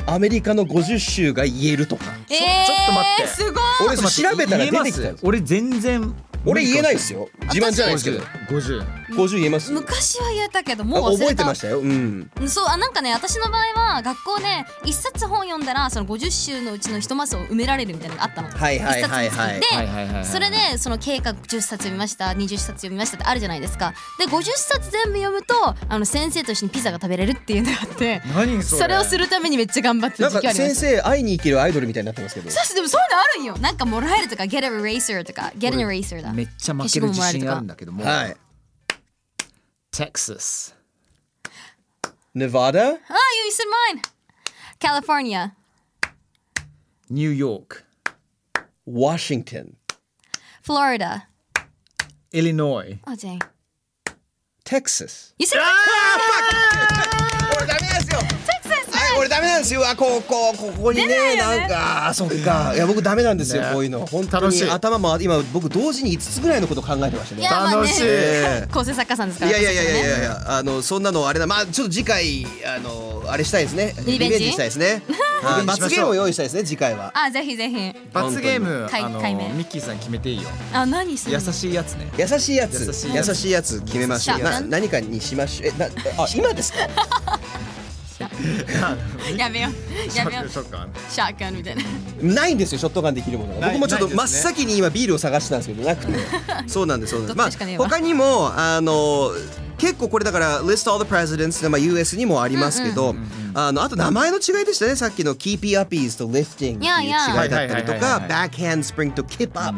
Speaker 4: アメリカの50州が言えるとか
Speaker 5: え
Speaker 1: ちょっと待って
Speaker 5: ーすごい
Speaker 4: 俺それ調べたら出てきたん
Speaker 1: 言え
Speaker 4: で
Speaker 1: ます
Speaker 4: す
Speaker 1: 俺全然
Speaker 4: 俺言えないですよ自慢じゃないですけど
Speaker 1: 50
Speaker 4: 50言えます
Speaker 5: 昔は言えたけどもう忘れた
Speaker 4: あ覚えてましたようん
Speaker 5: そうあなんかね私の場合は学校で一冊本読んだらその50週のうちの一マスを埋められるみたいなのがあったの。
Speaker 4: はいはいはいは
Speaker 5: 一
Speaker 4: い
Speaker 5: 冊につき
Speaker 1: はいはいはいは
Speaker 5: で
Speaker 1: い
Speaker 5: それでその計画10冊読みました20冊読みましたってあるじゃないですかで50冊全部読むとあの先生と一緒にピザが食べれるっていうのがあって
Speaker 1: 何そ
Speaker 5: そ
Speaker 1: れ
Speaker 5: れをするためにめっちゃ頑張って
Speaker 4: な
Speaker 5: た
Speaker 4: ん
Speaker 5: 時期
Speaker 4: か
Speaker 5: ありま
Speaker 4: 先
Speaker 5: した
Speaker 4: 生会いに生きるアイドルみたいになってますけど
Speaker 5: そうでもそういうのあるんよなんかもらえるとか Get a eraser とか Get an eraser だ
Speaker 1: めっちゃ負ける自信あるんだけども
Speaker 4: はい
Speaker 1: テキサス
Speaker 4: Nevada
Speaker 5: ああ You said mine California
Speaker 1: ニューヨーク
Speaker 4: Washington
Speaker 5: Florida
Speaker 1: イリノイ
Speaker 5: Oh dang
Speaker 4: Texas
Speaker 5: You said
Speaker 4: 俺ダメなんですよ
Speaker 5: Texas
Speaker 4: はい、俺ダメなんですよ。あ、こう、こう、ここにね、なんか、あそっか。いや、僕ダメなんですよ。こういうの、本当
Speaker 1: 楽
Speaker 4: に
Speaker 1: しい
Speaker 4: 頭も、今、僕同時に五つぐらいのこと考えてました
Speaker 5: い
Speaker 4: ね。
Speaker 5: やまあ
Speaker 1: 楽
Speaker 5: ね
Speaker 1: しい
Speaker 5: 構成作家さんです
Speaker 4: い
Speaker 5: から
Speaker 4: やいやいやいやい
Speaker 5: ね
Speaker 4: やいや、あの、そんなのあれだ、まあ、ちょっと次回、あの、あれしたいですね。
Speaker 5: リベンジ
Speaker 4: したいです ね。はい、
Speaker 1: リベンジし
Speaker 4: 罰
Speaker 1: ま
Speaker 4: ゲ
Speaker 1: し
Speaker 4: ー
Speaker 1: ょう
Speaker 4: ムを用意したいですね、次回は。
Speaker 5: あぜひぜひ
Speaker 1: 罰ゲーム
Speaker 5: 解
Speaker 1: あの
Speaker 5: 解明
Speaker 1: ミッキーさん決めていいよ
Speaker 5: あ何する
Speaker 1: 優
Speaker 5: の
Speaker 1: しいやつね
Speaker 4: 優しいやつ
Speaker 1: 優しい
Speaker 4: 優
Speaker 1: やつ
Speaker 4: しいやつ決めましょう。
Speaker 5: シャー
Speaker 4: な
Speaker 5: プ
Speaker 4: 何かにし ましょう。え、な、あ、今ですか。
Speaker 5: やめよ うやめようシャークンみたいな
Speaker 4: ないんですよショットガンできるものが
Speaker 1: ない
Speaker 4: 僕もちょっと
Speaker 1: ない
Speaker 4: 真っ
Speaker 1: ですね
Speaker 4: 先に今ビールを探してたんですけどなく てそうなんですそうなんです
Speaker 5: どっちしかねえわ
Speaker 4: 他にもあの結構これだから「List All the Presidents」で、まあ、US にもありますけど、あのあと名前の違いでしたねさっきの「Keep Your Uppies」と「Lifting」っていう
Speaker 5: いやいや
Speaker 4: 違いだったりと
Speaker 1: はいはいはいは
Speaker 4: か
Speaker 1: い
Speaker 4: 「Back Handspring」と「Kip Up」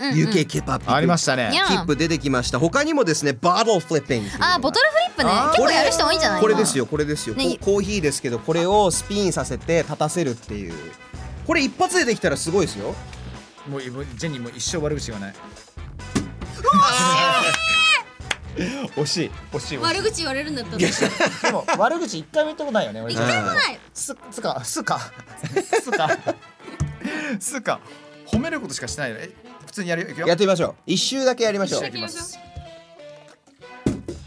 Speaker 4: UK Kip Up
Speaker 1: ありました
Speaker 5: い
Speaker 1: ね
Speaker 5: や
Speaker 4: キップ出てきました他にもですね「Bottle Flipping っていうのが」
Speaker 5: あボトルフリップね結構やる人多いんじゃない
Speaker 4: これです
Speaker 5: よ
Speaker 4: よこれですよ、
Speaker 5: ね
Speaker 4: こコーヒーですけどこれをスピンさせて立たせるっていうこれ一発でできたらすごいですよ
Speaker 1: もうもうジェニーもう一生悪口がない
Speaker 4: 惜しい
Speaker 1: 惜しい
Speaker 5: 悪口言われるんだったら一回
Speaker 1: でも悪口一回も言ったことないよね俺
Speaker 5: もない
Speaker 1: すつかすかすかすか
Speaker 7: 褒めることしかしないよえ普通にやるよいくよ
Speaker 4: やってみましょう一周だけやりましょう
Speaker 5: きましょう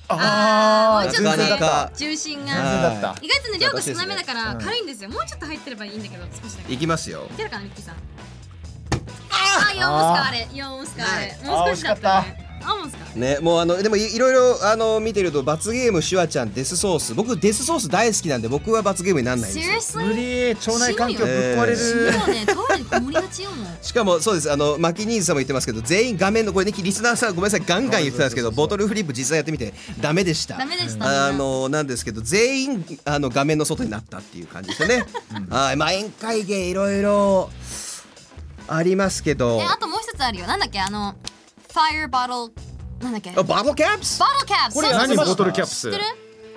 Speaker 7: あ
Speaker 5: もうちょっと
Speaker 4: なかなか
Speaker 5: ね重心
Speaker 4: は
Speaker 5: が
Speaker 4: い
Speaker 1: だった
Speaker 5: 意外とね量が少なめだから軽いんですよもうちょっと入ってればいいんだけど少しだけい
Speaker 4: いきますよ
Speaker 5: けるかなミッキーさんあ4オンスカあれ4オンスカあれもう少しだったねあもうスカ
Speaker 4: ねもうあのでもいいろいろあの見てると罰ゲームシュワちゃんデスソース僕デスソース大好きなんで僕は罰ゲームにならないんですよ
Speaker 5: Seriously?
Speaker 1: 無理腸内環境ぶっ壊れ
Speaker 5: も
Speaker 1: る
Speaker 5: うね、トイレにこもりがちよもう。
Speaker 4: しかもそうですあのマキニーズさんも言ってますけど全員画面のこれねリスナーさんごめんなさいガンガン言ってたんですけどボトルフリップ実際やってみてダメでした
Speaker 5: ダメでしたね
Speaker 4: あのなんですけど全員あの画面の外になったっていう感じでしたね、はいまあ宴会芸いろいろありますけど
Speaker 5: え、あともう一つあるよ。なんだっけ、あの、Fire Bottle、なんだっけ、
Speaker 4: あ
Speaker 5: バト
Speaker 4: バトルキャップス
Speaker 5: ルキャップ。
Speaker 1: 何
Speaker 5: そうそうそう
Speaker 1: ボトルキャップ
Speaker 5: 知
Speaker 1: ス
Speaker 5: ってる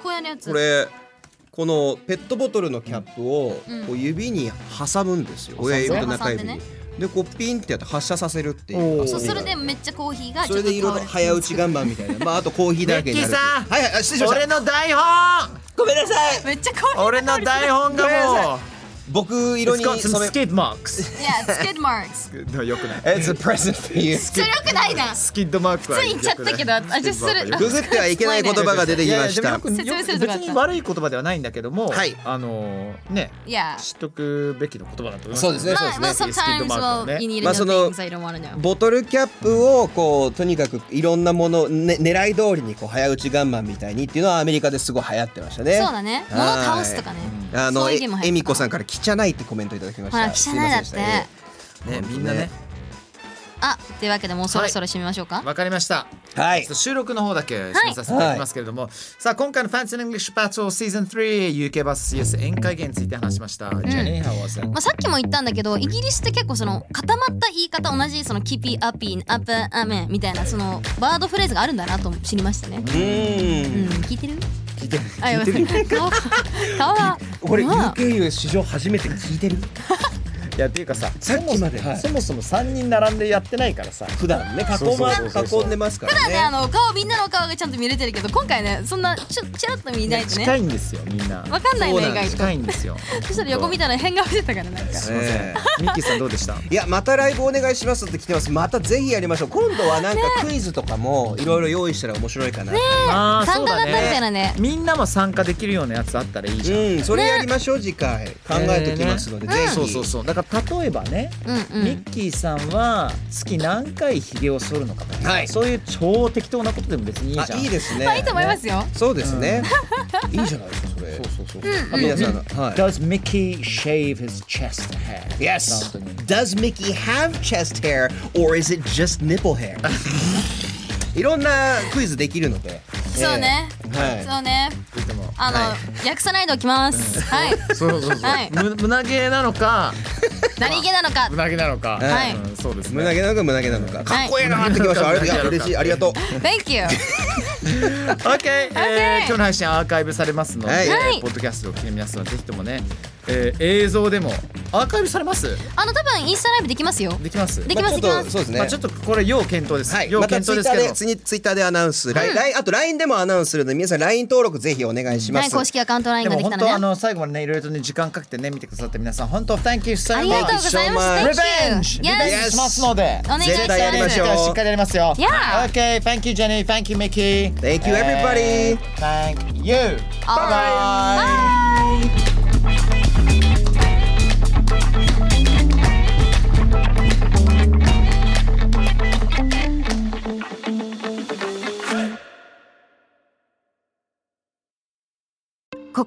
Speaker 5: こうやるやつ。
Speaker 4: これこのペットボトルのキャップを
Speaker 5: うん
Speaker 4: こう指に挟むんですよ、親指と中指に、
Speaker 5: 挟んで
Speaker 4: でこうピンってやって発射させるっていう
Speaker 1: おー
Speaker 4: 遊
Speaker 5: そう
Speaker 4: び
Speaker 5: そ
Speaker 4: が
Speaker 5: れでめっちゃコーヒーが
Speaker 4: それでいろいろ早打ち
Speaker 5: が
Speaker 4: 岩盤みたいなまああとコーヒーだらけになる
Speaker 1: ミッキーさん
Speaker 4: はいはいあ失礼しました
Speaker 1: 俺の台本
Speaker 4: ごめんなさい
Speaker 5: めっちゃコーヒー
Speaker 1: 俺の台本がもう
Speaker 4: 僕色に
Speaker 1: It's got some
Speaker 4: 染め
Speaker 1: skid marks
Speaker 5: いやスキッドマークス
Speaker 4: It's a present for you
Speaker 5: それよくないな
Speaker 8: スキッドマーク
Speaker 5: つい言っちゃったけどあじゃあする
Speaker 4: ググってはいけない言葉が出てきました
Speaker 1: いやいやでもよく
Speaker 5: 説明するとこ
Speaker 1: よ
Speaker 5: あ
Speaker 1: く
Speaker 5: った
Speaker 1: 別に悪い言葉ではないんだけども、
Speaker 4: はい
Speaker 1: あのーね
Speaker 5: いや
Speaker 1: 知っとくべきの言葉だと思います
Speaker 4: そうですね
Speaker 5: まあまあ
Speaker 4: そ
Speaker 5: sometimes
Speaker 4: うですね
Speaker 5: well you need to
Speaker 4: まあ
Speaker 5: know
Speaker 4: その
Speaker 5: things I don't want to know
Speaker 4: ボトルキャップをこうとにかくいろんなもの、ね、狙い通りにこう早打ちガンマンみたいにっていうのはアメリカですごい流行ってましたね
Speaker 5: そうだね物を倒すとかね
Speaker 4: あの
Speaker 5: そうい
Speaker 4: え
Speaker 5: うゲーム流行ってた
Speaker 4: えみこさんから「汚い」ってコメントいただきまし
Speaker 5: ほら
Speaker 4: た
Speaker 5: 汚
Speaker 4: す
Speaker 5: い
Speaker 4: いませ
Speaker 5: だっ
Speaker 4: んでしてたえ
Speaker 1: ねみんなね
Speaker 5: あというわけでもうそろそろ締めましょうか
Speaker 1: わかりました
Speaker 4: えはい
Speaker 1: ちょっと収録の方だけ締めさせていただきますけれども、さあ今回の Fancy and English Battle Season 3 UK vs US 宴会芸について話しました。ジェニー・ハワーさん
Speaker 5: まあ、さっきも言ったんだけどイギリスって結構その固まった言い方同じそのキピアピンアップアメンみたいなそのワードフレーズがあるんだなと知りましたね
Speaker 4: うー
Speaker 5: うんん聞いてる聞いてる顔顔は
Speaker 4: これ
Speaker 5: うわ
Speaker 4: UK 史上初めて聞いてる
Speaker 1: いやっていうかさ
Speaker 4: さっきまで
Speaker 1: そもそも
Speaker 4: はい
Speaker 1: そもそも3人並んでやってないからさ
Speaker 4: 普段ね囲,、ま、囲んでますから
Speaker 5: ねあ
Speaker 4: ね
Speaker 5: の顔みんなの顔がちゃんと見れてるけど今回ねそんなちょちらっと見ないと
Speaker 1: 近
Speaker 5: ね
Speaker 1: いんですよみんな
Speaker 5: わかんない
Speaker 1: そう
Speaker 5: ね意
Speaker 1: んです
Speaker 5: 外と
Speaker 1: 近いんですよ
Speaker 5: そしたら横見たら変顔してたからなんか
Speaker 1: すいません
Speaker 4: え
Speaker 1: ミッキーさんどう でした
Speaker 4: いやまたライブお願いしますって来てますまたぜひやりましょう今度はなんかクイズとかもいろいろ用意したら面白いかな、
Speaker 1: あー
Speaker 5: 参加型みたいなね
Speaker 1: みんなも参加できるようなやつあったらいいじゃん、
Speaker 4: うんそれやりましょう次回考えておきますので、
Speaker 1: ね
Speaker 4: ぜひ
Speaker 1: そうそうそうだから例えばね、
Speaker 5: うんう
Speaker 1: ミ
Speaker 5: ん
Speaker 1: ッキーさんは月何回ひげを剃るのかとか、
Speaker 4: はい
Speaker 1: そういう超適当なことでも別にいいじゃ
Speaker 4: あ
Speaker 1: ん
Speaker 4: いいですね
Speaker 5: まあいいと思いますよ
Speaker 4: そうですね、いいじゃないですかそれ
Speaker 1: そうそうそう、
Speaker 4: あ皆さんがはい
Speaker 1: Does Mickey shave his chest hair? 本
Speaker 4: Yes.
Speaker 1: 当に
Speaker 4: Does Mickey have chest hair or is it just nipple hair? いろんなクイズできるので。
Speaker 5: そうね
Speaker 4: は
Speaker 5: そうねあの、訳さないでおきます はい
Speaker 1: そうそうそう、
Speaker 5: はい
Speaker 1: む胸毛なのか
Speaker 5: 何気なのか
Speaker 1: 胸毛なのか、
Speaker 5: はい
Speaker 1: うん、そうです
Speaker 4: い。
Speaker 1: ね
Speaker 4: 胸毛なのか胸毛なのか。かっこいいなってきました。あれいや嬉しい。ありがとう。
Speaker 5: Thank you
Speaker 1: OK、えー今日の配信アーカイブされますので、
Speaker 4: はい
Speaker 5: はい
Speaker 1: ポッドキャストを聞きの皆さんぜひともね、えー映像でもアーカイブされます
Speaker 5: あの多分インスタライブできます よ
Speaker 1: できます
Speaker 5: できます
Speaker 4: ちょっとそうですね
Speaker 1: まあ、ちょ。っとこれ要検討です、
Speaker 4: はい。
Speaker 1: 要
Speaker 4: また
Speaker 1: 検
Speaker 4: ツイ
Speaker 1: 討
Speaker 4: ッ
Speaker 1: で
Speaker 4: タ
Speaker 1: すけ
Speaker 4: ー
Speaker 1: ど、
Speaker 4: でツイツイッターでアナウンス。ライラインあと LINE でもアナウンスするので皆さん LINE 登録ぜひお願いしま
Speaker 5: はい、
Speaker 4: す。
Speaker 5: 公式アカウントライン
Speaker 1: で
Speaker 5: が
Speaker 1: も
Speaker 5: できた
Speaker 1: 本当あ
Speaker 5: のね。
Speaker 1: の最後までねいろいろとね時間かけてね見てくださった皆さん本当 Thank you so
Speaker 5: ありがとう
Speaker 1: much
Speaker 5: ございます。Thank you.
Speaker 1: Revenge! リベンジ
Speaker 5: Yes.
Speaker 1: しますので
Speaker 5: お願いします
Speaker 4: 絶対やりましょう
Speaker 1: しっかりやりますよ
Speaker 5: Yeah.
Speaker 1: OK Thank you Jenny Thank you Mickey
Speaker 4: Thank you, everybody.
Speaker 1: Thank you
Speaker 5: All
Speaker 1: Bye bye
Speaker 5: Bye.
Speaker 3: こ